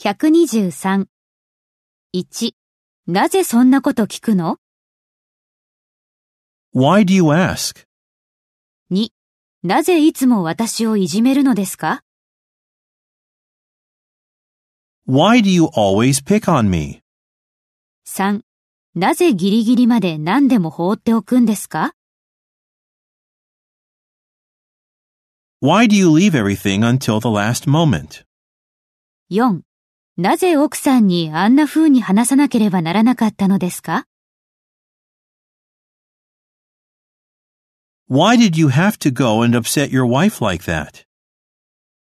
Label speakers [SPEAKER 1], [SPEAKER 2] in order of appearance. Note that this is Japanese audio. [SPEAKER 1] 123。1. なぜそんなこと聞くの
[SPEAKER 2] Why do you ask?
[SPEAKER 1] 2. なぜいつも私をいじめるのですか
[SPEAKER 2] Why do you always pick on me?
[SPEAKER 1] 3. なぜギリギリまで何でも放っておくんですか
[SPEAKER 2] Why do you leave everything until the last moment?
[SPEAKER 1] 4. なぜ奥さんにあんな風に話さなければならなかったのですか
[SPEAKER 2] Why did you have to go and upset your wife like that?